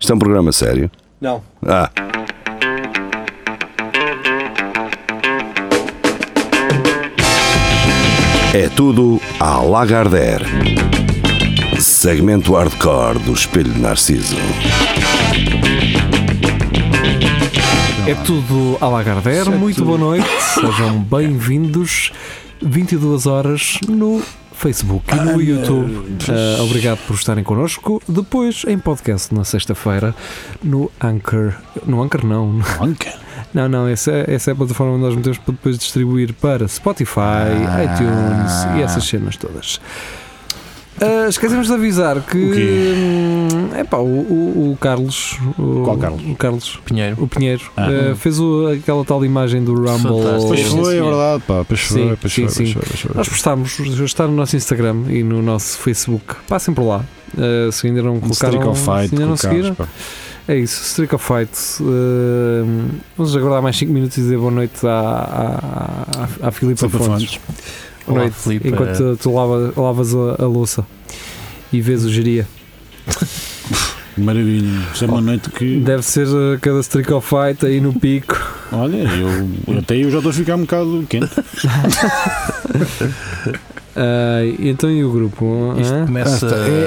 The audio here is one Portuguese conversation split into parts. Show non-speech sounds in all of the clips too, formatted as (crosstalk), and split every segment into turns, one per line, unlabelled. Isto é um programa sério.
Não.
Ah, é tudo à Lagardère. Segmento hardcore do Espelho de Narciso.
É tudo à Lagardère.
é
Muito boa
(laughs)
noite. Sejam bem-vindos. 22 horas no Facebook e no YouTube. Ah, obrigado por estarem connosco. Depois em podcast na sexta-feira no Anchor. No Anchor não. Não, não, essa, essa é a plataforma onde nós metemos para depois distribuir para Spotify,
Ah.
iTunes e essas cenas todas. Ah, esquecemos de avisar que
O quê?
hum, epá, o, o- o Carlos, o,
Qual Carlos?
o Carlos,
Pinheiro.
o Pinheiro,
Ah.
eh, fez o- aquela tal imagem do Rumble.
Fantástico.
Pois
Sim,
foi, é
senhor.
verdade, pá. Pois foi,
Sim,
pois
sim,
foi,
sim.
pois foi, pois foi,
Nós
pois foi.
postámos, está no nosso Instagram e no nosso Facebook. Passem por lá. Uh, se ainda não colocaram,
Um Streak of Fight
se ainda não
com Carlos,
seguiram,
pá.
é isso. Streak of Fight. Uh, vamos aguardar mais 5 minutos e dizer boa noite à, à, à, à Filipa
Sempre
Fontes.
fontes.
Boa
Olá,
noite,
Filipe.
enquanto tu, tu lava- lavas a, a louça e vês o geria.
Maravilha. Isto é uma noite que.
Deve ser uh, cada Streak of Fight aí no pico. (laughs)
Olha, eu, eu até eu já estou a ficar um bocado quente.
Ah, então e o grupo?
Isto
hã?
começa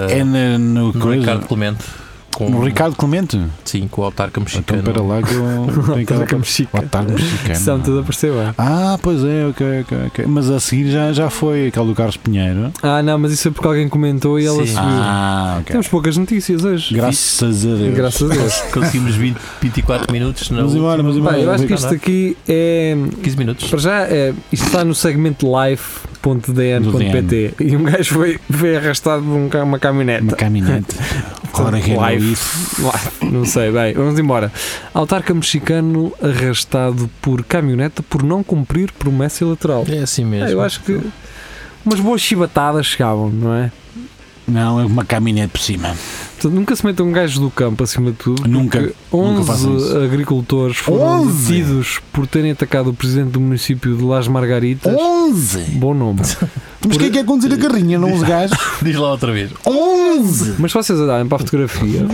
é é na, no,
no
coisa.
Ricardo Clemente. Com,
No Ricardo Clemente?
Sim, com o autarca
Então
mexicano.
espera lá que eu tenho que
Autarca
dar-
mexicano.
Autarca mexicano.
São tudo a aparecer bem.
Ah, pois é, ok, ok, ok. Mas a seguir já, já foi aquele do Carlos Pinheiro.
Ah, não, mas isso foi porque alguém comentou e ela
Sim.
subiu.
Ah, ok.
Temos poucas notícias hoje.
Então, Graças a Deus.
Graças a Deus.
Conseguimos 20, 24 minutos. Não,
Vamos embora, vamos embora.
Pá, eu acho que isto
Ricardo.
aqui é.
15 minutos.
Para já, é, isto está no segmento live.dn.pt e um gajo foi, foi arrastado por um ca- uma
É Uma
caminhoneta.
caminhante. Ora, que era
Live.
isso.
Live, Não sei, bem, vamos embora. Autarca mexicano arrastado por caminhoneta por não cumprir promessa eleitoral.
É assim mesmo.
Ah, eu acho que umas boas chibatadas chegavam, não é?
Não, é uma caminhonete por cima.
Portanto, nunca se mete um gajo do campo acima de tudo.
Nunca.
que
nunca façam
11
isso.
agricultores foram
11?
detidos por terem atacado o presidente do município de Las Margaritas.
Oh. 11!
Bom nome.
Mas
Por-
quem é que é conduzir a carrinha? Não
(laughs)
os gajos?
Diz lá outra vez.
11!
Mas se vocês olharem para a fotografia,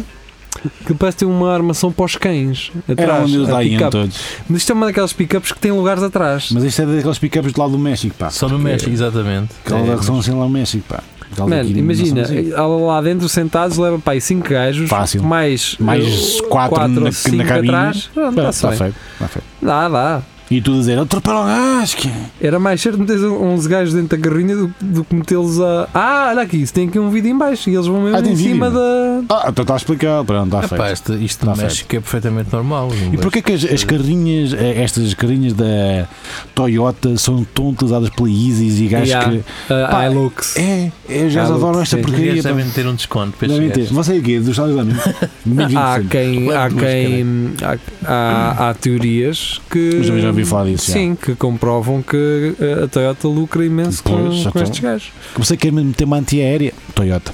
que parece ter uma armação para os cães
Era
atrás.
onde eles
a
lá iam
pick-up.
todos.
Mas isto é uma daquelas pickups que têm lugares atrás.
Mas isto é daqueles pickups do lado do México, pá.
Só no México, exatamente. É.
Aquela que são assim lá no México, pá. Aquela
Mano,
daqui não
imagina,
são assim.
ela lá dentro sentados leva para aí 5 gajos,
Fácil.
mais
Mais
eh,
quatro
quatro
na-
ou
na
cinco
cabine.
atrás. Pronto, tá
Pá, tá
está
Está
bem.
feio, está feio.
Dá, dá.
E tu a dizer, atropela o gajo, que é."
Era mais certo meteres 11 gajos dentro da carrinha do, do que metê-los a. Ah, olha aqui, isso tem aqui um vídeo em baixo e eles vão mesmo
Ah, tem
em cima
vídeo?
da.
Ah, então está explicado, pronto, está feito.
Epá, este, isto
Tá
no
feito.
México é perfeitamente normal.
E porquê é que as, as carrinhas, eh, estas carrinhas da Toyota são tão utilizadas pela Isis e gajos
Yeah.
que.
Ah,
Pá,
iLux.
É, é, os
Ah,
gajos adoram esta
sim.
Os gajos
porcaria. pá.
devem ter um desconto para
Devem
estes
ter.
gajos.
Você é o quê? Dos
(laughs)
Estados Unidos?
Há
20%.
quem. Há,
Quanto, mas,
quem há, há, há teorias que.
Eu já- já ouvi falar disso, já.
Sim, que comprovam que eh, a Toyota lucra imenso
Pois,
com,
já
com
estão.
estes gajos.
Você quer mesmo ter uma antiaérea? Toyota.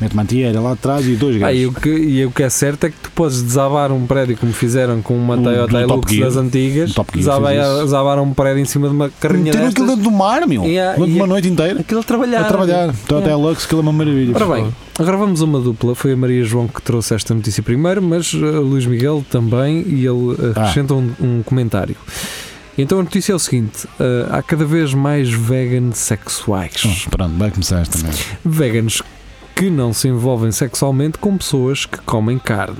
Mete uma antiaérea lá atrás e dois
Ah, e,
gajos.
o que, e o que é certo é que tu podes desabar um prédio como fizeram com uma
O- Um do
Toyota
Top
iLux
Gear.
das antigas.
O Top Gear
desaba-
fez isso.
Desabaram um prédio em cima de uma carrinha
Meteram aquilo
destas.
dentro do mar, meu.
Yeah,
Durante
yeah.
uma noite inteira.
Aquilo a trabalhar.
A trabalhar. Toyota
Yeah.
Hilux, aquilo é uma maravilha.
Ora bem, agora vamos a uma dupla. Foi a Maria João que trouxe esta notícia primeiro, mas eh, o Luís Miguel também, e ele eh,
Ah.
acrescenta um, um comentário. Então a notícia é o seguinte: eh, há cada vez mais vegan sexuais.
Hum, Pronto, vai começar esta merda.
Veganos que não se envolvem sexualmente com pessoas que comem carne.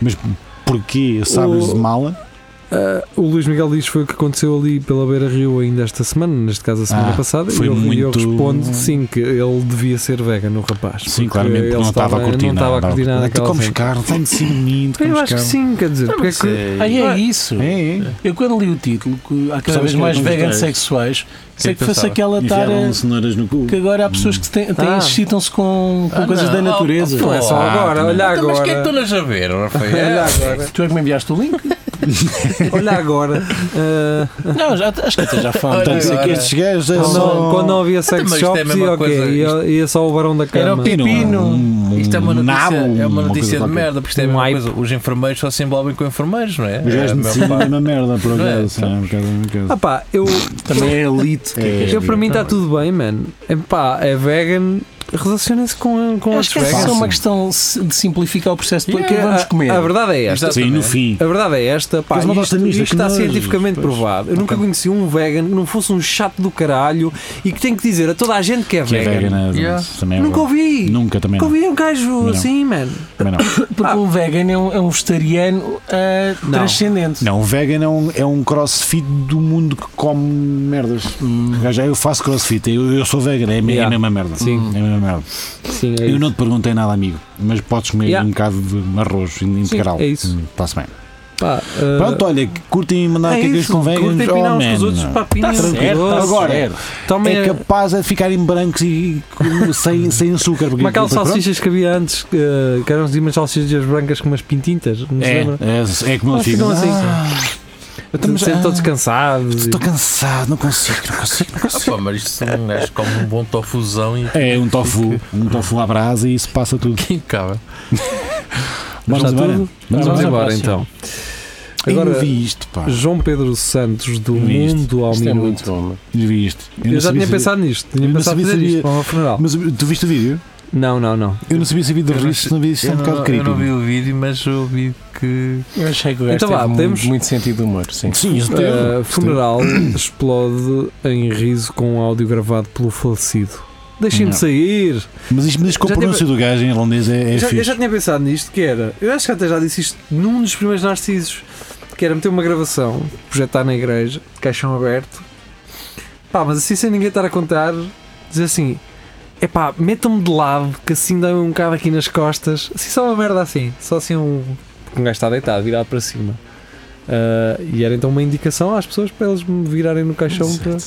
Mas porquê sabres
O-
de mala?
Ah, o Luís Miguel diz que foi o que aconteceu ali pela Beira Rio ainda esta semana, neste caso a semana
Ah,
passada,
foi
e eu, e eu
muito-
respondo sim, que ele devia ser vegano, o rapaz.
Sim,
porque
claramente,
ele
não estava a curtir
Não estava a
nada,
curtir
estava
nada
a curtir. Então Tu
daquela
comes
cena.
carne, tem de cima de mim, tu
Eu
comes
acho que
carne.
sim, quer dizer, porque é que-
Ah,
Aí é
é isso.
isso.
É, é.
Eu quando li o título, que há cada
Sabes
vez
que
mais
era um dos
veganos
dois.
sexuais, sei
que
que fosse
pensava?
aquela tara
Enfiaram um cenouras no cu.
que agora há pessoas que têm, têm,
Ah.
excitam-se com, com
Ah,
coisas
não.
da natureza.
Ah, pô,
Não é só
Ah,
agora, olha
Então, Mas o que é que
agora.
estão-nos a ver,
Olha
Rafael?
agora,
Tu é que me enviaste o link?
olha agora. Ah,
não, já, acho que até já falamos.
Portanto,
Olha
é que
agora.
estes gajos é
quando, não,
só...
quando não havia
mas
sex
isto é a
shops
mesma
ia o quê?
coisa,
Ia- Ia é só o barão da
Era o
cama.
pi- Pepino.
Um,
Isto é uma
nabo,
notícia, é uma notícia
coisa
de
qualquer.
merda, porque isto é a
Um
mesma
hype.
coisa. Os enfermeiros só se envolvem com enfermeiros, não é?
Os
É,
gajos de
meu
medicina é
pai.
uma merda, por
Não é?
acaso. é um bocado- um bocado-
Ah pá, eu,
Também é elite.
É,
eu para mim está tudo bem, mano. É, pá, é vegan, relacionem-se com, com as
Acho que é
Vegas.
só uma
Fácil.
questão se- de simplificar o processo todo.
Yeah.
que é, vamos
A-
comer.
A, verdade é esta.
Exato.
Sim, no
Exatamente.
fim.
A verdade é esta, pá,
Mas uma
isto,
bosta mista,
isto
que
está
nojo,
cientificamente
pois.
provado. Eu nunca conheci um vegan que não fosse um chato do caralho e que tem que dizer a toda a gente que é
Que é
vegan.
vegana
Yeah.
também é
Nunca
bom.
ouvi.
Nunca também
Nunca
não.
ouvi um gajo
Não.
assim, mano.
Também não.
(coughs)
Porque um vegan é um, é um vegetariano ah,
Não.
transcendente.
Não, o vegan é um, é um crossfit do mundo que come merdas. Já eu faço crossfit, eu, eu sou vegan, é, a me- é a
Hum. Yeah.
mesma merda.
Sim.
É a mesma merda.
Sim, é
Eu não te perguntei nada, amigo, mas podes comer
Yeah.
um bocado de arroz integral.
é isso.
Está-se bem.
Pá, uh,
Pronto, olha, que curtem e mandar
é
aqui
isso,
com vegan.
curtem pinar uns com os outros,
é?
pá, Tá
Tá
pinem uns com os outros.
Agora,
Tomem
é
a-
capaz de ficarem brancos e com- sem, sem açúcar. porque-
Como aquelas
pronto.
salsichas que é havia antes, que, eh, que eram umas salsichas brancas com umas pintintas, não se
É,
lembra?
é, é como
Elas
eles
ficam
ficam.
assim.
estamos-
Sempre todos
ah,
cansados. e-
Estou cansado, não consigo, não consigo. não
Ah,
consigo.
pá, mas isto um gajo come um bom tofuzão e (laughs)
É um tofu, um tofu à brasa e isso passa tudo.
que acaba.
Vamos
Está
embora.
tudo?
Vamos
Vamos
embora.
embora
próxima.
então.
Agora, eu
Agora,
vi isto, pá.
João Pedro Santos do
Vi isto.
Mundo ao
Isto é
Minuto.
muito bom.
Eu vi isto. Eu não
Eu já
sabia
tinha
se-
pensado nisto,
eu
tinha
não
pensado em
sabia
fazer
se
isto
havia-
para um funeral.
Mas tu viste o vídeo?
Não, não, não.
Eu não sabia se havia de
Eu não
rir, se
sei-
não havia isto é um
eu,
bocado
não, eu não
crítico.
vi o vídeo, mas ouvi que.
Eu achei que o gajo
Então
teve
vá,
muito-
temos-
muito sentido de humor. Sim.
Sim, isso
Uh, funeral (coughs) explode em riso com um áudio gravado pelo falecido. Deixem-me
Não.
sair!
Mas isto me diz que o
Já
pronúncio do gajo em irlandês é, é
Eu já, eu
fixe.
já tinha pensado nisto, que era. Eu acho que até já disse isto num dos primeiros narcisos, que era meter uma gravação, projetar na igreja, caixão aberto, pá, mas assim sem ninguém estar a contar, dizer assim. É pá, metam-me de lado, que assim dá um bocado aqui nas costas. Assim, só uma merda assim. Só assim um. Porque um gajo está deitado, virado para cima. Ah, e era então uma indicação às pessoas para eles me virarem no caixão. Para...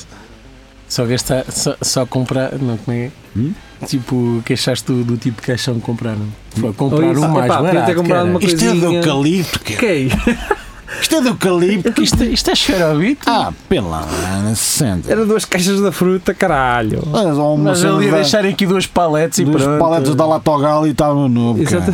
Só gastar, só, só comprar. Não, como é?
Hum?
Tipo, queixaste do, do tipo de caixão que compraram. Foi comprar
Ou isso.
um mais
Epá, podia ter
barato.
comprado
caralho.
uma
Isto é de
coisinha.
eucalipto, que
Ok.
Isto é de eucalipto.
Isto, isto é xerobito?
Ah, pela mana santa.
Era duas caixas da fruta, caralho.
Olha só uma
Mas ali
cena
a
da-
deixar aqui duas paletes e
dos
pronto.
paletes da Latogal e estava no
Exato.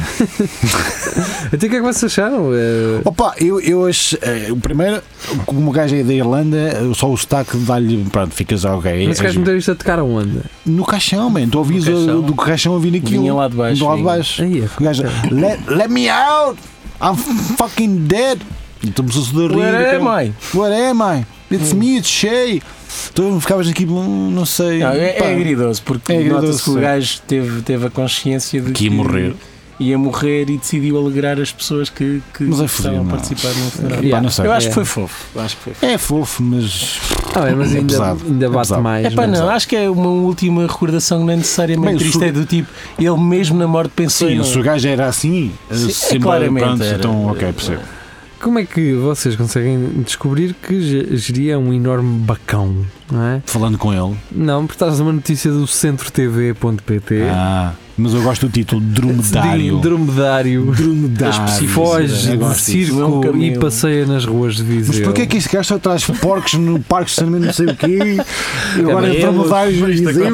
Então o que é que vocês acharam? Eh,
Opa, eu, eu acho. eh, O primeiro, como o gajo é da Irlanda, eh, só o sotaque dá-lhe. Pronto, ficas ok.
Mas
é
queres
giro.
meter isto a tocar aonde?
No caixão, man. Tu ouvias
No caixão.
o- do caixão a vir aquilo.
Vinha lá de baixo,
Do lado de
vinha.
baixo.
Aí, é
O gajo, let, let me out! I'm fucking dead! Então, Estamos a rir.
Where
cara.
am I? Hum.
What então. am I? It's me, it's Shay! Tu ficavas aqui, hum, não sei.
Não, é,
pá,
é agridoso, porque
É agridoso,
nota-se que
sim.
o gajo teve, teve a consciência de
Que ia morrer.
Ia morrer e decidiu alegrar as pessoas que, que
Mas é
estavam
fodido,
a
não.
participar no
pá,
funeral.
Yeah.
não sei.
Eu acho que
É.
foi fofo. Acho que foi fofo.
É fofo, mas.
Ah, bem, mas
É
ainda,
pesado.
ainda
É
bate
pesado.
mais.
É pá,
não é?
não, acho que é uma última recordação não é necessariamente
Bem,
triste,
su-
é do tipo, ele mesmo na morte pensou.
Sim,
não.
se o gajo era assim, eh,
Sim, é
sempre
claramente
pronto,
era.
então ok, percebo.
Como é que vocês conseguem descobrir que Ge- geria é um enorme bacão? Não, é?
Falando com ele.
não porque estás numa notícia do centrotv.pt
Ah, mas eu gosto do título
de
Dromedário.
dromedário (laughs)
Dromedário.
foge
Eu
de
gosto disso.
Não é um
circo e
camelo.
passeia nas ruas de Viseu.
Mas porquê é que este gajo só traz porcos no parque de estacionamento não sei o quê? E agora
Também
é dromedários no Viseu?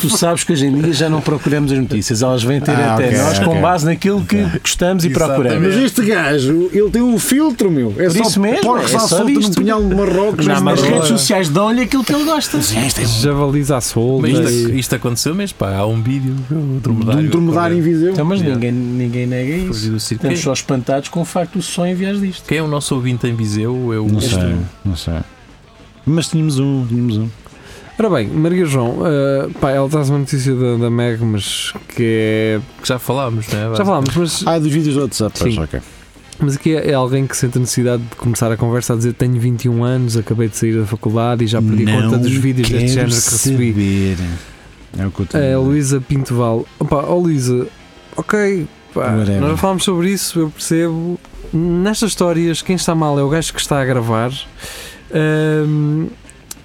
Tu sabes que hoje em dia já não procuramos as notícias, elas vêm ter
Ah,
até
ok,
nós
ok.
com base naquilo que gostamos e
Exatamente.
procuramos.
Mas este gajo, ele tem um filtro, meu. É
Por
só
isso mesmo,
porcos
é
à
só
solta num
disto.
punhal de Marrocos.
Mas
Não, mas-
nas redes sociais dão-lhe aquilo que ele gosta.
é
Javalis à solda.
Mas isto,
e-
isto aconteceu mesmo, pá. Há um vídeo do dromedário. é?
De um dromedário em Viseu.
Então, mas ninguém, ninguém nega isso.
é.
Do circo.
Estamos
Quem,
só espantados com o facto do som enviar disto.
quem é o nosso ouvinte em Viseu? É o
Não sei, não sei. Mas tínhamos um, tínhamos um.
Ora bem, Maria João, eh, pá, ela traz uma notícia da, da Meg, mas que é.
que já falámos, não é?
Já falámos, mas
Ah, dos vídeos do WhatsApp.
Sim.
Pois, ok.
Mas aqui é é alguém que sente a necessidade de começar a conversa a dizer tenho 21 anos, acabei de sair da faculdade e já perdi
Não
conta dos vídeos deste
quero
género que recebi.
saber. É o que eu tenho.
A Luísa Pintoval. Opa, ó Luísa, ok, pá,
Whatever.
nós já falámos sobre isso, eu percebo. Nestas histórias, quem está mal é o gajo que está a gravar. Ahm,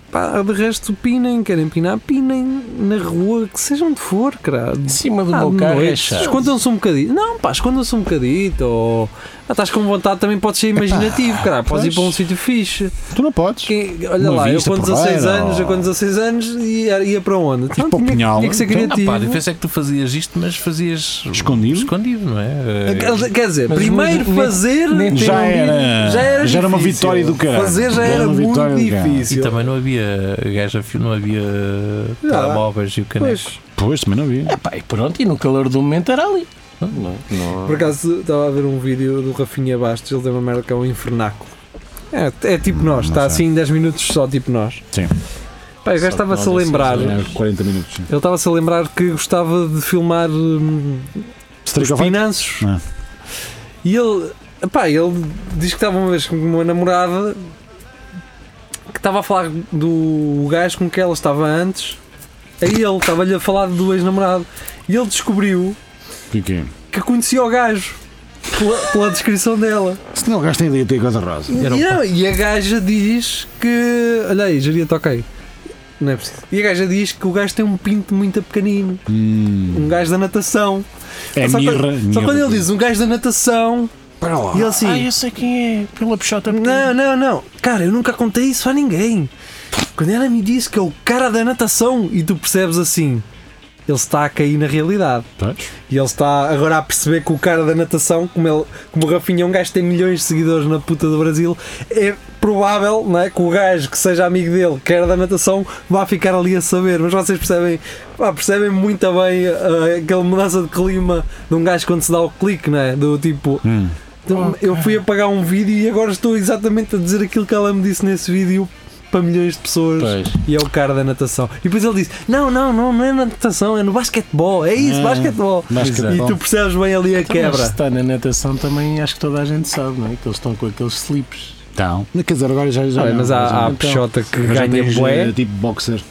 pá, de resto, pinem, querem pinar, pinem na rua, que seja onde for, caralho.
Em cima do
Ah,
meu
de
carro é
noite.
chato.
Escondam-se um bocadinho. Não, pá, escondam-se um bocadito. Ou... Ah, estás com vontade, também podes ser imaginativo, cara. Podes ir
pois.
para um sítio fixe.
Tu não podes.
Quem- olha
Uma
lá, eu
vista
com 16
porreira,
anos, eu
ou-
com 16 anos ia, ia para onde? Então,
para o
tinha, que-
Pinhal,
tinha que ser
então.
Ah, pá, a
criativo.
diferença é que tu fazias isto, mas fazias
Escondido?
escondido não é?
Quer- Quer dizer,
Mas
primeiro
nem-
fazer
nem-
Já
ter um
era,
já era,
já era uma
difícil.
vitória do caralho.
Fazer já
uma
era muito
vitória do caralho.
E
difícil.
também não havia havia gaja, não havia telemóveis e o caneco.
Pois.
Pois, também não vi.
Epá, Ah, e pronto, e no calor do momento era ali. Não, não-
Por acaso estava a ver um vídeo do Rafinha Bastos, ele tem uma merda que é um infernáculo. É, é tipo nós,
Hum, Não
está
sei.
assim 10 minutos só, tipo nós.
Sim.
Pá, o gajo
Só
estava-se a
que nós, assim,
lembrar.
já-
Ele
É, 40 minutos. sim.
estava-se a lembrar que gostava de filmar hum,
Strike
os
of Light?
finanços.
Ah.
E ele, pá, ele diz que estava uma vez com uma namorada que estava a falar do gajo com que ela estava antes. Aí ele estava-lhe a falar do ex-namorado. E ele descobriu
Fiquei.
que conhecia o gajo pela, pela descrição dela.
Se não, o gajo tem ideia de ter coisa rosa.
E, não, e a gaja diz que. Olha aí, Jaria, toquei. Não é preciso. E a gaja diz que o gajo tem um pinto muito pequenino.
Hum,
Um gajo da natação.
é
só,
mirra.
quando, só
mirra.
quando ele diz um gajo da natação.
Para lá.
E ele assim.
Ah, eu sei quem é, pela peixota
Não, não, não. Cara, eu nunca contei isso a ninguém. Quando ela me disse que é o cara da natação e tu percebes assim, ele está a cair na realidade.
Pois.
E ele está agora a perceber que o cara da natação, como, ele, como o Rafinha é um gajo que tem milhões de seguidores na puta do Brasil, é provável não é, que o gajo que seja amigo dele, que era da natação, vá ficar ali a saber. Mas vocês percebem, pá, percebem muito bem ah, aquela mudança de clima de um gajo quando se dá o clique, não é? Do tipo,
Hum.
então, eu fui apagar um vídeo e agora estou exatamente a dizer aquilo que ela me disse nesse vídeo para milhões de pessoas.
Pois.
E é o cara da natação. E depois ele disse: Não, não, não, não é na natação, é no basquetebol. É isso,
Ah,
basquetebol.
basquetebol.
E tu percebes bem ali a
Então, mas se
quebra.
está na natação também acho que toda a gente sabe, não é? Que eles estão com aqueles slips.
Então. Quer dizer, agora já. já não, já- então,
que
agora já tens, eh, Tipo boxer.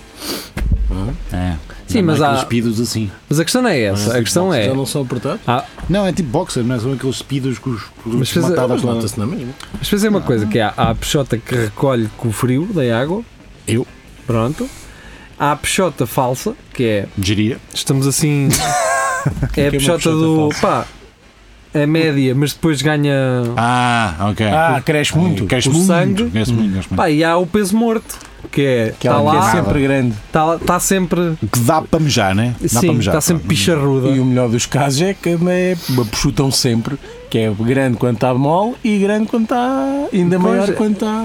É.
Sim,
Já não
mas
é
há-
aqueles pidos assim.
Mas a questão não é essa. A questão
Já
é.
não são apertados?
Não, é tipo boxer, não é? São aqueles pidos que os. que os
Tá, Mas fez a-
matavam
Mas
com a-
nota-se na mesma.
Mas fazer uma coisa: que há, há a peixota que recolhe com o frio da água.
Eu.
Pronto. Há a peixota falsa, que é.
Geria.
Estamos assim. (laughs) é a peixota do. Pá. É média, mas depois ganha.
Ah,
É.
ok.
Ah, cresce muito.
Cresce
o
muito.
sangue.
Cresce muito, cresce muito.
Pá, e há o peso morto, que é.
Que
Está
ela que é
lá,
sempre grande.
está tá sempre.
Que dá para mejar, né? Dá para
sim,
mejar.
está sempre
pronto.
picharruda.
E o melhor dos casos é que né, chutam sempre, que é grande quando está mole e grande quando está. ainda
Pois
maior
é.
quando está.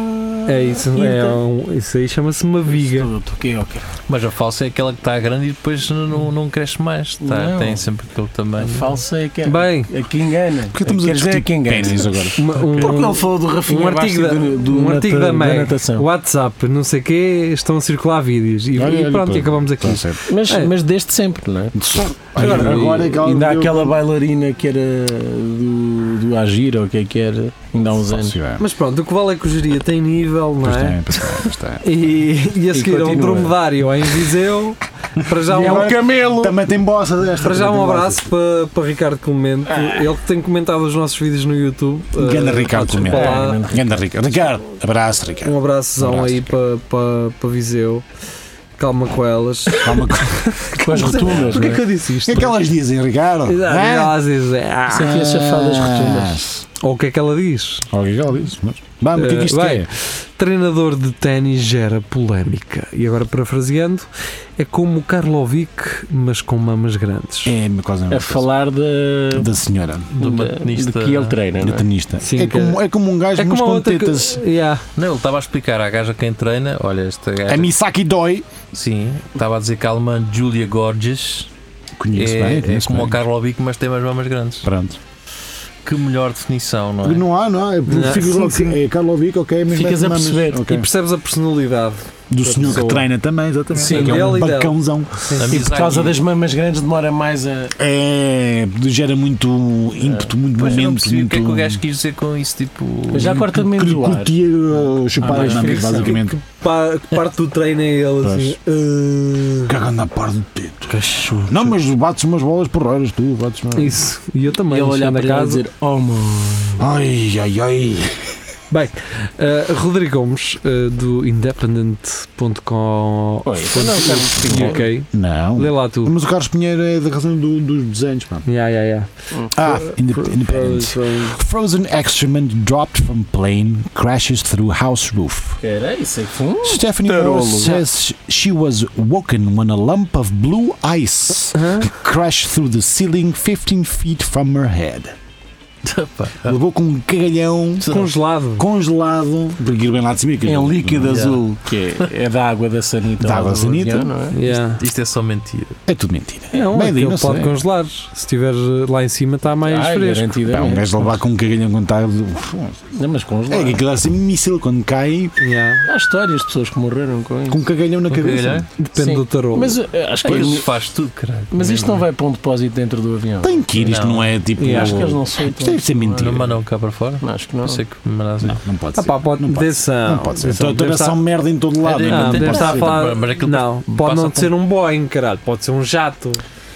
É isso, é
Então,
um- isso aí chama-se uma viga.
tudo, tudo, ok, ok.
Mas a falsa é aquela que está grande e depois não, não, não cresce mais. Tá,
Não.
Tem sempre aquele
A
tamanho.
falsa é que é.
Bem,
A que engana.
Porquê estamos
Quer
a
dizer,
discutir
é que engana.
pênis agora?
uma- um,
Porque ele falou do Rafinha
um artigo, da,
Bastos e assim do, do
um artigo
nata-
da MEI,
natação.
WhatsApp, não sei o quê, estão a circular vídeos. E,
Olha,
e
olha,
pronto,
pá.
e acabamos aqui.
Está Tá certo.
Mas,
É.
mas desde sempre, não é?
Agora, agora é que ela
ainda há
deu-
aquela bailarina que era do, do Agir, ou o que é que era, ainda há uns anos.
Fácil, é.
Mas pronto, o que vale é que o geria tem nível, não
Pois
é?
tem, pois tem, pois tem.
E, e a
E
seguir é um
continua.
dromedário em Viseu. Para já,
é
um,
camelo!
Também tem bossas esta.
para já
também
um
tem
abraço para, para Ricardo Clemente. Ele que tem comentado os nossos vídeos no YouTube.
bossas. Ganda
Eh,
Um Ricardo
desculpa
Clemente.
lá.
É, Ganda Ricardo. Ricardo, abraço, Ricardo.
Um abraçozão
Um abraço,
aí para, para, para Viseu. Calma com elas.
Calma com
Com as rotulas, não
Porquê
é?
que eu disse isto?
O que é que elas dizem, Ricardo?
Exato,
Hã?
elas dizem, "Ah."
Isso aqui é chafado das rotulas.
Ou o que é que ela diz?
Olha o que é que ela diz. mas-
Ah,
Vamos, o que é que isto
Vai.
é?
Treinador de ténis gera polémica. E agora, parafraseando, é como o Karlovic, mas com mamas grandes.
É uma coisa
A falar de,
da senhora,
Do
de-
matenista.
de que ele treina,
da
não é?
tenista.
Sim,
é, como, é como um gajo,
É
mas
como a
com
outra que-
tetas.
Yeah.
Não, ele estava a explicar à gaja quem treina. Olha, esta gaja.
A Misaki Doi.
Sim, estava a dizer que a alemã Julia Gorges é,
Conheço bem,
é
conheço
como
bem.
o Karlovic, mas tem umas mamas grandes.
Pronto.
Que melhor definição, não é?
Não há, não há. Eu
Não,
fico
sim,
logo,
sim.
É Carlo Vico, ok, mas
Ficas
mete
a
mamas.
perceber.
Ok.
E percebes a personalidade.
Do
da
senhor que
pessoa.
treina também, exatamente.
Sim,
que é
dela
um
e dela.
bacãozão.
é
A
E Tipo, por causa das
Mizaki-
mamas grandes demora mais a.
É, gera muito ímpeto, muito
Pois, eu não
momento,
percebi o
muito.
que é que o gajo quis dizer com isso, tipo. (laughs)
Mas já corta menos o ar.
Curtia uh, chupar
Há
Ah,
mais
as mamas,
é
fricção.
basicamente.
Pa- que parte do treino é ele assim. "Ah."
Cagando na parte do teto. Não, mas bates umas bolas porreiras, tu bates umas.
Isso. E eu também.
Ele olhar
chegando
para
a
casa
casa.
e dizer: Oh, mano.
Ai, ai, ai.
Bem, eh, Rodrigo Gomes, eh, do independent.com.
Oi, então não, Carlos Pinheiro.
Ok.
Não.
Lê lá tu.
Mas o Carlos Pinheiro é da razão do- dos desenhos, pá.
Yeah, yeah, yeah.
Ah, independent. Frozen excrement dropped from plane crashes through house roof.
Era isso é fundo.
Stephanie Moore says she was woken when a lump of blue ice
Hã?
crashed through the ceiling 15 feet from her head. Levou com um cagalhão
Congelado.
congelado, porque ir bem lá de cima. que
É um líquido
Yeah.
azul, que é, é da água da sanita.
Da água
ou do
sanita.
avião, não é?
Yeah.
Isto é só mentira.
É tudo mentira.
Não,
Bem,
aquilo
não
pode
sei.
congelar. Se estiver eh, lá em cima está mais
Ai,
fresco.
Pá,
garantidamente.
um gajo levar com um cagalhão contado.
Não, mas
É
congelado.
que aquilo é assim, um míssil quando cai,
Yeah.
Há histórias de pessoas que morreram com isso.
com um cagalhão na cabeça.
cagalhão?
Depende
Sim.
do tarô.
Mas eh, acho que
Pois
eles-
faz tudo, caralho.
Mas isto não vai para um depósito dentro do avião.
Tem que ir, isto não, é tipo.
Eu
Acho que eles não
Isto
aceitam.
deve ser mentira.
Não mandam cá para fora?
Acho é que não.
Não sei que me É, mandassem.
Não, não pode
ah,
ser.
pá, pode,
não pode ser.
atenção,
Não pode ser.
atenção,
Então,
deve
deve
estar-
são merda em todo lado.
É,
não,
Não,
tem-
não
deve
pode
estar a
ser.
falar.
Mas aquilo
Não, pode
passa
não
por-
ser um Boeing, caralho. Pode ser um jato.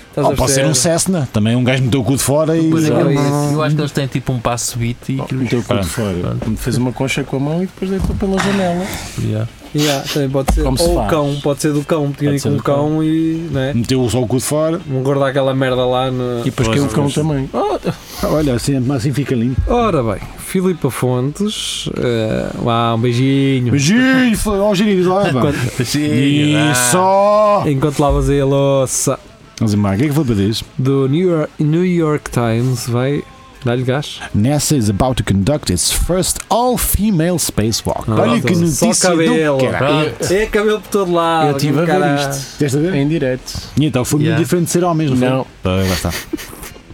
Estás a
Ou pode ser um
perceber?
Cessna. Também um gajo meteu o cu de fora e.
Pois é,
Não.
eu acho que eles têm tipo um passo beat e aquilo. (laughs)
Meteu o cu de
Pronto.
fora. Fez uma concha com a mão e depois deitou pela janela.
Yeah.
Yeah, também pode ser.
Como se
Ou o
faz.
cão, pode ser do cão. Tinha
Pode
aí
ser
com um
do
cão,
cão.
e. Não é?
Meteu só o cu de fora.
Um guardar aquela merda lá na.
E depois caiu o cão também. Oh,
Ah, Olha, assim, mas assim fica limpo.
Ora bem, Filipa Fontes. eh, lá, um beijinho.
Giro, foi ao giro lá, pá. E só.
Enquanto lavas aí a louça
Mas, Mar, o que é que foi para dizer?
do New York, New York Times, vai. Dá-lhe gás.
NASA is about to conduct its first all-female spacewalk.
Ah,
Olha
tá.
que
Só
notícia
cabelo.
do caralho.
É cabelo por todo lado.
eu estive a
cara-
ver isto.
Desta vez?
Em direto.
E então foi
Yeah.
muito diferente de ser homem, não foi?
Não.
Ah, lá está.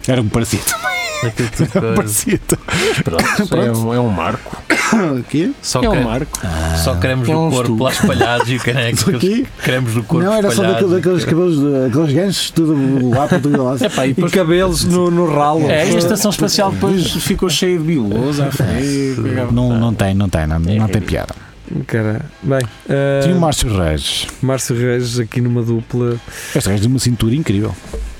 Era um parecido. (laughs)
Aquilo tudo (laughs) coisa.
parecido.
Pronto. É, um, é um marco.
O quê?
Só,
É um
quer-
marco.
só queremos
é
do
um
corpo
estudo.
lá espalhados e o caralho.
O quê?
Queremos do corpo
Não, era só
espalhado.
daquele- daqueles cabelos, de- aqueles ganchos, tudo lá para
(laughs)
tudo lá.
É pá, e
E
depois.
cabelos no, no ralo.
(laughs) É, a estação espacial depois ficou cheia de bilôs à frente.
Não, não tem, não tem, não, não tem piada.
Cara, bem. eh,
Tinha o Márcio Reis.
Márcio Reis aqui numa dupla.
Este gajo de uma cintura incrível.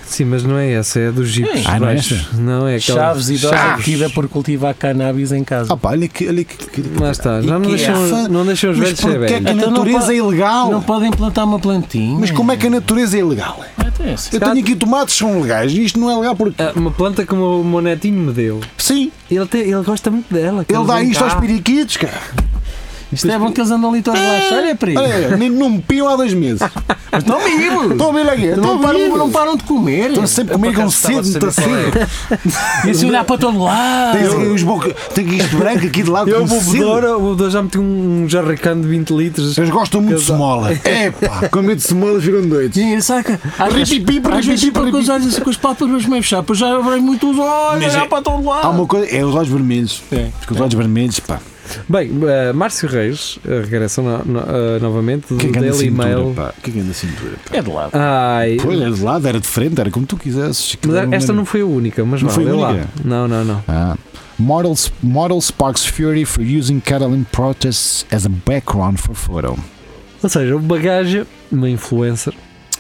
Sim, mas não é essa, é dos jipes.
Ah, não é
baixos. Não, é aquela.
Chaves idosa
Chaves.
metida é por cultivar cannabis em casa.
Ah pá, olha que. Olha que, que-
Lá está, já não
que
deixam,
afa-
não deixam os
Mas
velhos ser
porquê é que a
velhos.
Então não
natureza
pode-
é ilegal?
Não podem plantar uma plantinha.
Mas como é que a natureza é ilegal?
Até é assim.
Eu tenho aqui tomates que são legais e isto não é legal porque.
Ah, Uma planta que o meu, o meu netinho me deu.
Sim,
Ele, tem- ele gosta muito dela.
ele dá
vem
isto
cá.
aos periquitos, cara.
Isto é bom que eles andam ali todos lá. Olha para isso.
Olha, é, nem num pio há dois meses.
Mas estão vivos.
Estão a ver aqui?
Não
Estão
param,
vivos.
não param de comer.
Estão sempre comigo com cedo, está cedo.
E assim olhar para todo lado.
Tem aqui os boca- tem aqui isto branco aqui de lado.
Eu,
com
o
cedo.
bebedor, o bebedor já meteu um jarricão de 20 litros.
Eles gostam muito de
Exato.
semola. Epá, com medo de semola ficam doidos.
E saca? Às vezes,
Ripipi,
às vezes
ripipi,
fico com os olhos assim, com as pálpebras meio fechadas, pois já abrem muito os olhos,
Mas
olhar
é-
para todo
Há
lado.
uma coisa, é os olhos vermelhos.
É.
Porque os olhos vermelhos, pá.
Bem, eh, Márcio Reis eh, regressa no- no- eh, novamente do
é Que grande
Daily
cintura,
Mail.
pá. Que grande cintura, pá.
É de lado.
Ai,
Pois, era de lado, era de frente, era como tu quisesses. Aquilo
mas é,
era um
esta não
grande-
foi a única, mas
Não
vá,
foi a
lê lá.
única?
Não, não, não.
Ah. Model, sp- model sparks fury for using Catalan protests as a background for photo.
Ou seja, uma gaja, uma influencer,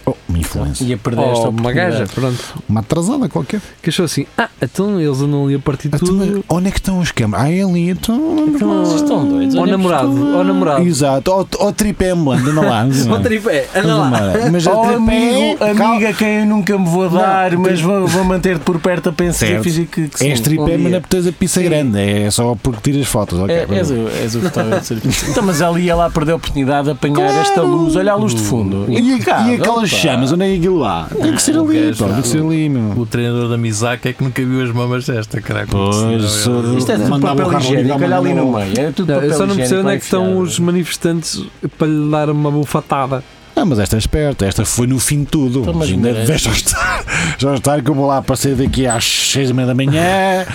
Oh, uma influência.
Ia perder esta
ou uma gaja,
oportunidade.
Oh, pronto,
Uma atrasada qualquer.
que achou assim: ah, então eles andam ali a partir
Ah, tu,
tudo.
mas Onde é que estão os câmaras? Ah, é ali, então.
Então,
Vocês estão doidos,
Ó
olha
namorado, ó namorado.
Exato, ou, ou tripé ambulante, anda
(laughs)
lá. é?
Ó tripé, anda lá.
Mas a é
Oh,
tripé,
amigo, amiga, quem eu nunca me vou dar, mas vou, vou manter-te por perto a pensar
Certo.
que fiz e que, que
É
sim, um
estripé,
dia.
mas não é porque tens a pizza
Sim.
grande, é só porque tiras fotos. ok,
É, és,
pronto.
o, és o fotógrafo de serviço. Então, mas ali ela perdeu a oportunidade de apanhar esta luz. Olha a luz de fundo.
E, e
Impecável,
aquelas
pá.
chamas, onde é aquilo lá? Tem que ser
Ah,
ali,
gajo,
pá, tem que ser ali, meu.
O treinador da Mizaka é que nunca viu as mamas desta, caralho.
Pois, sou-
Isto é tudo
Mandava o
papel
Carlos ligar,
higiênico, olha ali
mandava
no
o-
meio. É tudo
Não,
papel
eu só não percebo
higiênico
onde é que estão
enfiado.
os manifestantes para lhe dar uma bufatada.
Ah, mas esta é esperta, esta foi no fim de tudo.
Então, mas
Ainda
merece.
vês já estar, já estar que eu vou lá aparecer daqui às 6 da manhã da manhã,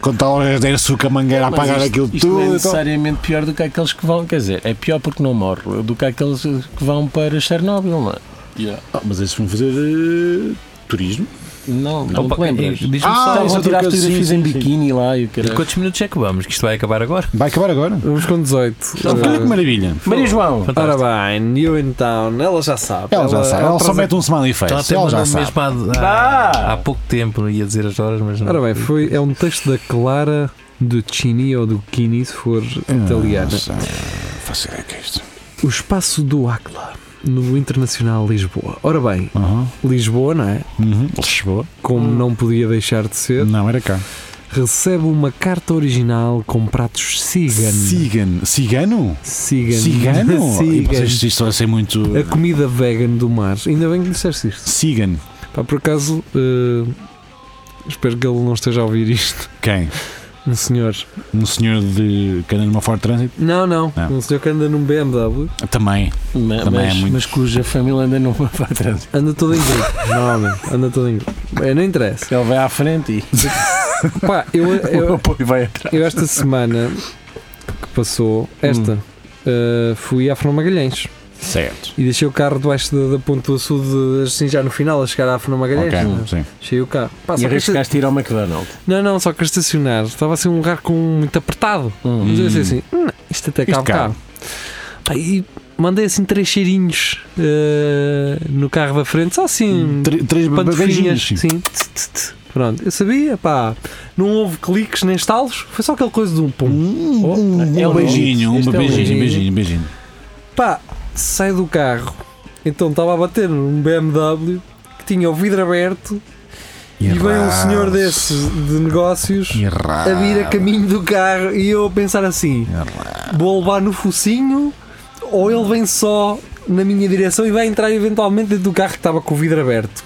quando está a der suco a mangueira a
Mas
apagar
isto-
aquilo
isto não é
tudo. e tal.
necessariamente pior do que aqueles que vão, quer dizer, é pior porque não morre, do que aqueles que vão para Chernobyl, não é?
Ah, mas esses vão fazer eh, turismo.
Não, não
Opa,
te lembras.
diz-me
Ah,
só.
Estavam
isso é
a tirar
outra coisa,
fotografias
sim,
em
sim, sim.
biquíni lá e o
E
caralho.
quantos minutos é que vamos? Que isto vai acabar agora?
Vai acabar agora.
Vamos com 18.
Olha que maravilha.
Maria João,
Ora bem, New in Town, ela já sabe.
Ela já sabe, ela só
traz-
mete um smiley face.
Ela
Ela,
Então, até
já
mandou
sabe.
mesmo há, há, há pouco tempo, não ia dizer as horas, mas não.
Ora bem, foi, é um texto da Clara Ducini ou Ducchini, se for
Ah,
italiana.
Nossa, faço ideia que é isto.
O espaço do Acla, no Internacional Lisboa. Ora bem,
Uhum.
Lisboa, não é?
Uhum. Lisboa.
Como não podia deixar de ser,
Não, era cá.
recebe uma carta original com pratos cigan.
Cigano. Cigano?
Cigan. (laughs)
Cigano? E
Cigan.
vocês isto vai ser muito.
A comida vegan do mar. Ainda bem que disseste isto.
Cigano.
Pá, por acaso, eh, Espero que ele não esteja a ouvir isto. (laughs)
Quem?
Um senhor.
Um senhor de que anda numa Ford Transit?
Não, não.
Não.
Um senhor que anda num BMW.
Também.
Ma-
Também é
mas,
muito.
mas cuja família anda numa (laughs) para trás.
Anda todo em
(laughs)
grupo. Normalmente. Anda todo em grupo. É, não interessa.
Ele vai à frente
Pá, eu,
e (laughs) o
eu,
apoio vai atrás.
eu esta semana que passou, esta,
Hum.
eh, fui à Fernão Magalhães.
Certo.
E deixei o carro debaixo da, da ponte do açude, assim já no final, a chegar à Fernão Magalhães.
ok,
Não é?
sim.
Deixei o carro. Pá,
E
só que esta-
arriscaste ir ao McDonald's.
Não, não, só que a estacionar estava assim um lugar com muito apertado. Mas eu
Hum.
disse assim: "Hum, isto até cabe
Isto cabe.
cá. Pá, E mandei assim três cheirinhos eh, no carro da frente, só assim,
Tre- Hum, Três
pantofinhas.
beijinhos.
Sim. tss, tss, tss. Pronto, eu sabia, pá, não houve cliques nem estalos, foi só aquela coisa de um pum.
Um,
Oh,
um,
é
um
um
beijinho, um
este é um
beijinho,
beijinho.
beijinho, beijinho.
Pá, sai do carro, então estava a bater num BMW que tinha o vidro aberto e, veio um senhor desses de negócios a vir a caminho do carro e eu a pensar assim: vou levar no focinho ou ele vem só na minha direção e vai entrar eventualmente dentro do carro que estava com o vidro aberto.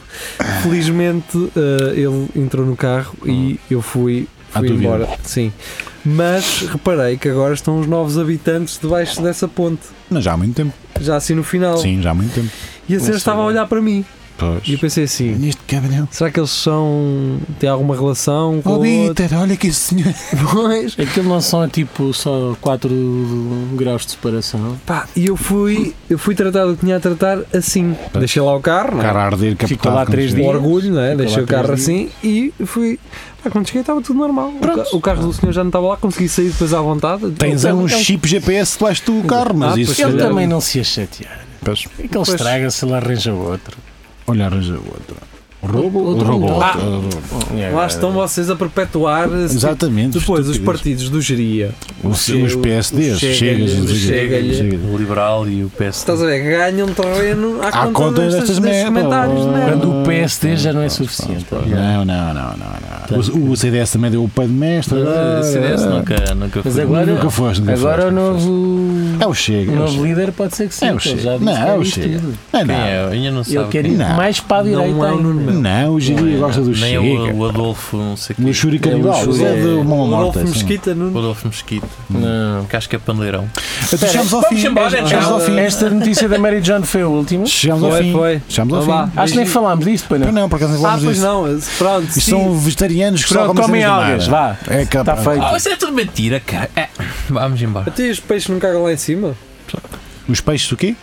Felizmente eh, ele entrou no carro e eu fui,
À
fui
tua vida.
embora. Sim. Mas reparei que agora estão os novos habitantes debaixo dessa ponte,
Mas já há muito tempo.
já assim no final.
Sim, já há muito tempo.
E a senhora estava a olhar para mim
Pois.
e eu pensei assim.
Neste cabrão.
Será que eles são. têm alguma relação com
Oh,
o outro?
Dieter, olha que esse senhor.
Pois.
Aquilo não são tipo só 4 graus de separação.
Pá, e eu fui, eu fui tratado que tinha a tratar assim. Deixei lá o carro, não é?
Cara a arder, captado.
Ficou lá
como
três
se
Com
diz.
dias.
orgulho, não é?
Ficou
Deixei
lá
o carro
três
assim e fui. Pá, quando cheguei estava tudo normal. O ca- O carro do senhor já não estava lá, consegui sair depois à vontade. Então,
Tens
Ele-
um
ele-
chip GPS debaixo do carro, mas
Ah,
isso. é-
pois Se
Ele
calhar-
também não se um- ia chatear.
Pois.
É que ele estraga-se, ele arranja outro.
Olha, arranja outro. Roubo,
Outro
roubo.
não.
outro.
Lá estão vocês a perpetuar. assim.
Exatamente.
Depois, os
estupidez.
partidos do geria.
Os,
o-
os PSDs.
o Chega-lhe,
Chegas,
o
não sei o quê.
Chega-lhe.
Chega-lhe.
O liberal e o PS.
Estás a ver? Ganham terreno à,
À
conta,
conta
destas,
destas
destes
merda.
comentários, não é?
Quando o PSD já não é suficiente.
Não, não, não, não.
Tá.
não. O, o CDS também deu o pé de mestre.
O CDS nunca, nunca
Mas é
foi.
agora-
Nunca foste, nunca
Agora o
foste, nunca foste.
novo.
É o Chega.
O
é o
novo
Chega.
líder pode ser que sim.
É o
que ele
Chega.
já disse
Não,
que
é o
isto
Chega.
tudo.
Não,
Quem
não.
é? Ainda não sabe.
Ele quer
quem
ir
Não.
mais para a direita.
Não é o
ainda.
Nuno Melo. é.
Não, o Giri gosta do
Nem
Chega. Então,
o, o Adolfo, não sei o
O
quê.
Xuri
É, o
Cabral.
Xuri
Ele é de
é-
uma
O Adolfo
morta. sim.
um Mesquita,
O
não.
Adolfo Mesquita.
Não.
Que acho que é pandeirão.
Então, Chegamos ao fim.
Vamos embora, então.
Chegamos
tchau.
ao fim.
Esta notícia da Mary John foi a última.
Chegamos ao
Foi,
fim.
foi.
Chegamos ao
Então vá.
fim.
Acho que nem falámos disto, pois
Não,
não.
não, por acaso não
Ah,
falámos
pois
disso.
não. Pronto.
Isto
sim.
são vegetarianos que só
Pronto,
comem
comem
cenas do mar.
algas, vá.
É
Está
capaz.
feito.
Ah, isso é tudo mentira, cara. É, Vamos embora.
Até os peixes não cagam lá em cima.
Os peixes o quê?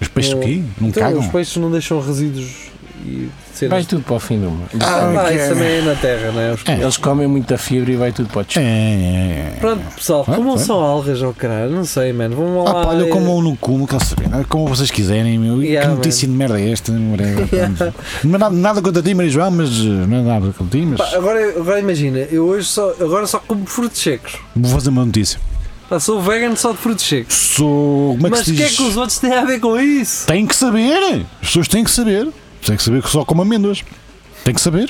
Os peixes o quê? Não
Então,
cagam?
os peixes não deixam resíduos e cenas
Vai tudo para o fim do mundo.
Ah, pá,
ok.
isso também é na terra, não é? Os-
É.
Eles comem muita fibra e vai tudo para o
É,
chão.
é, é.
Pronto, pessoal,
Ah,
comam
tá.
só algas ao caralho, não sei, mano. Vamos lá.
Ah, pá, olha
eh,
como um no cumo, quer saber? Olha Como vocês quiserem, meu. E
Yeah,
que notícia de merda é esta? Não
(laughs)
é nada, nada contra ti, Maria João, mas. eh, Não é nada contra ti, mas.
pá, agora, agora imagina, eu hoje só, agora só como frutos secos.
Vou fazer uma notícia.
Pá, sou vegan só de frutos secos.
Sou. Como é que
Mas o
se
que é
diz?
que os outros têm a ver com isso?
Tem que saber! As pessoas têm que saber. Têm que saber que só como amêndoas. Tem que saber.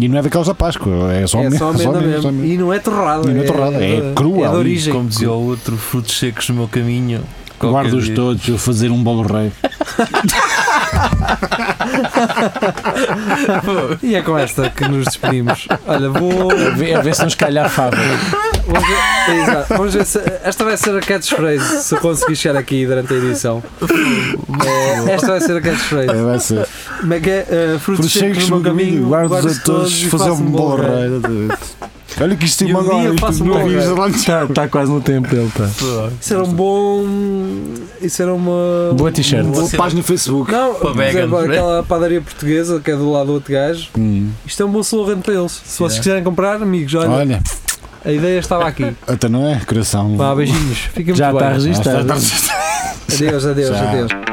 E não é daquelas da Páscoa, é só
é só
amêndoas.
amêndoa mesmo. E não é torrada.
E não é torrada, é crua
É de
ali,
origem.
Como dizia o outro, frutos secos no meu caminho. Qualquer
Guardo-os
dia.
todos, eu fazer um bolo rei.
(laughs) E é com esta que nos despedimos. Olha, vou.
A ver, a É, ver se nos calha a fava.
Vamos ver, é, exato. Vamos ver se, esta vai ser a catchphrase se eu conseguir chegar aqui durante a edição. É, esta vai ser a
É,
catchphrase.
vai ser.
Como é que é? Uh, frutos
Frutos
secos
cheios
no
no
meu caminho,
guardo-os
guardo-os
a todos,
e
fazer
faço
um bolo
rei.
rei. Olha que isto tem
E um
uma
dia
agora,
faço
isto
um
não
bolo
avisa
rei.
lá
Está (laughs) tá quase no tempo dele, tá.
Isso era um bom. Isso era uma.
Boa t-shirt.
uma-
Boa página
no Facebook.
Não,
Para
por exemplo,
veganos, né?
aquela padaria portuguesa que é do lado do outro gajo. Isto é um bom slogan para eles. Se vocês
Yeah.
quiserem comprar, amigos, olha,
Olha,
a ideia estava aqui.
até não é? Coração.
Vá, beijinhos. Fiquem
Já tá
muito
está
bem.
Ah, está-
registado.
está-
Adeus, adeus,
Já.
adeus.